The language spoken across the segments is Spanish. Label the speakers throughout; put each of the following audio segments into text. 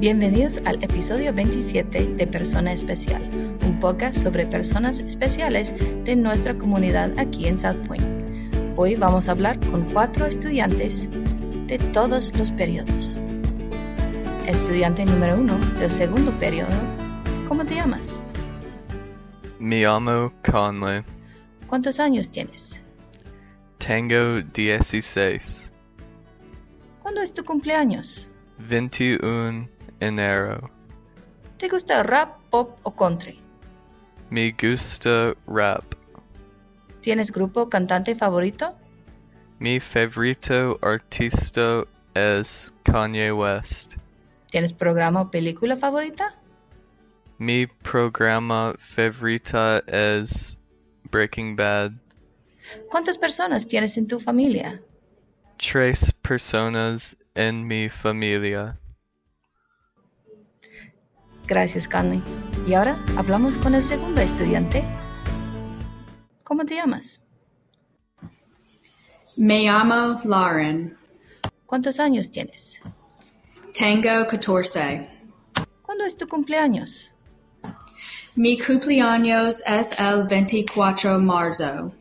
Speaker 1: Bienvenidos al episodio 27 de Persona Especial, un podcast sobre personas especiales de nuestra comunidad aquí en South Point. Hoy vamos a hablar con cuatro estudiantes de todos los periodos. Estudiante número uno del segundo periodo, ¿cómo te llamas?
Speaker 2: Me llamo Conley.
Speaker 1: ¿Cuántos años tienes?
Speaker 2: Tango 16.
Speaker 1: ¿Cuándo es tu cumpleaños?
Speaker 2: 21 enero.
Speaker 1: ¿Te gusta rap, pop o country?
Speaker 2: Me gusta rap.
Speaker 1: ¿Tienes grupo o cantante favorito?
Speaker 2: Mi favorito artista es Kanye West.
Speaker 1: ¿Tienes programa o película favorita?
Speaker 2: Mi programa favorita es Breaking Bad.
Speaker 1: ¿Cuántas personas tienes en tu familia?
Speaker 2: Tres personas en mi familia.
Speaker 1: Gracias, Conley. Y ahora hablamos con el segundo estudiante. ¿Cómo te llamas?
Speaker 3: Me llamo Lauren.
Speaker 1: ¿Cuántos años tienes?
Speaker 3: Tango 14.
Speaker 1: ¿Cuándo es tu cumpleaños?
Speaker 3: Mi cumpleaños es el 24 marzo.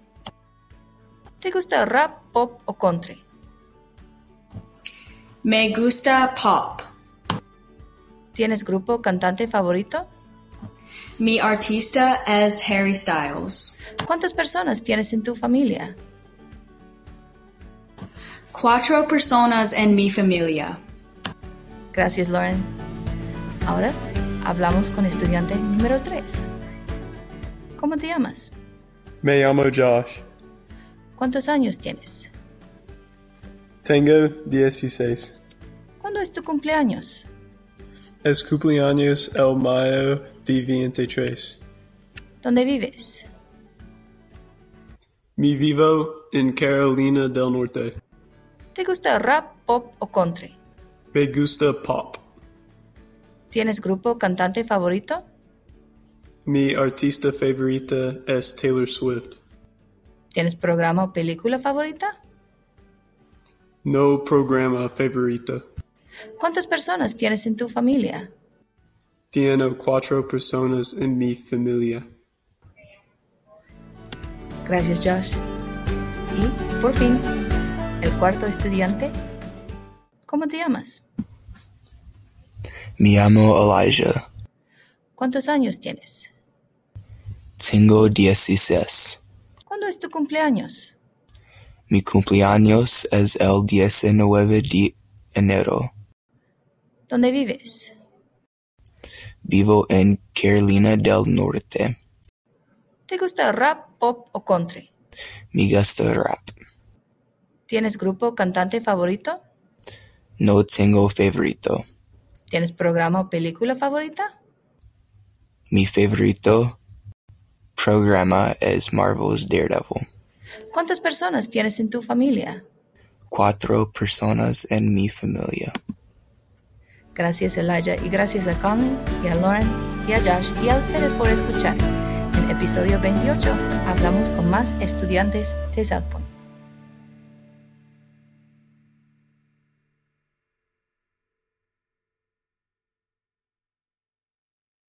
Speaker 1: ¿Te gusta rap, pop o country?
Speaker 3: Me gusta pop.
Speaker 1: ¿Tienes grupo o cantante favorito?
Speaker 3: Mi artista es Harry Styles.
Speaker 1: ¿Cuántas personas tienes en tu familia?
Speaker 3: Cuatro personas en mi familia.
Speaker 1: Gracias, Lauren. Ahora hablamos con estudiante número 3. ¿Cómo te llamas?
Speaker 4: Me llamo Josh.
Speaker 1: ¿Cuántos años tienes?
Speaker 4: Tengo 16.
Speaker 1: ¿Cuándo es tu cumpleaños?
Speaker 4: Es cumpleaños el mayo de 23.
Speaker 1: ¿Dónde vives?
Speaker 4: Mi vivo en Carolina del Norte.
Speaker 1: ¿Te gusta rap, pop o country?
Speaker 4: Me gusta pop.
Speaker 1: ¿Tienes grupo o cantante favorito?
Speaker 4: Mi artista favorita es Taylor Swift.
Speaker 1: ¿Tienes programa o película favorita?
Speaker 4: No programa favorita.
Speaker 1: ¿Cuántas personas tienes en tu familia?
Speaker 4: Tiene cuatro personas en mi familia.
Speaker 1: Gracias, Josh. Y, por fin, el cuarto estudiante. ¿Cómo te llamas?
Speaker 5: Me llamo Elijah.
Speaker 1: ¿Cuántos años tienes?
Speaker 5: Tengo 16.
Speaker 1: ¿Cuándo es tu cumpleaños?
Speaker 5: Mi cumpleaños es el 19 de enero.
Speaker 1: ¿Dónde vives?
Speaker 5: Vivo en Carolina del Norte.
Speaker 1: ¿Te gusta rap, pop o country?
Speaker 5: Me gusta rap.
Speaker 1: ¿Tienes grupo o cantante favorito?
Speaker 5: No tengo favorito.
Speaker 1: ¿Tienes programa o película favorita?
Speaker 5: Mi favorito programa es Marvel's Daredevil.
Speaker 1: ¿Cuántas personas tienes en tu familia?
Speaker 5: Cuatro personas en mi familia.
Speaker 1: Gracias Elijah y gracias a Colin y a Lauren y a Josh y a ustedes por escuchar. En episodio 28 hablamos con más estudiantes de South Point.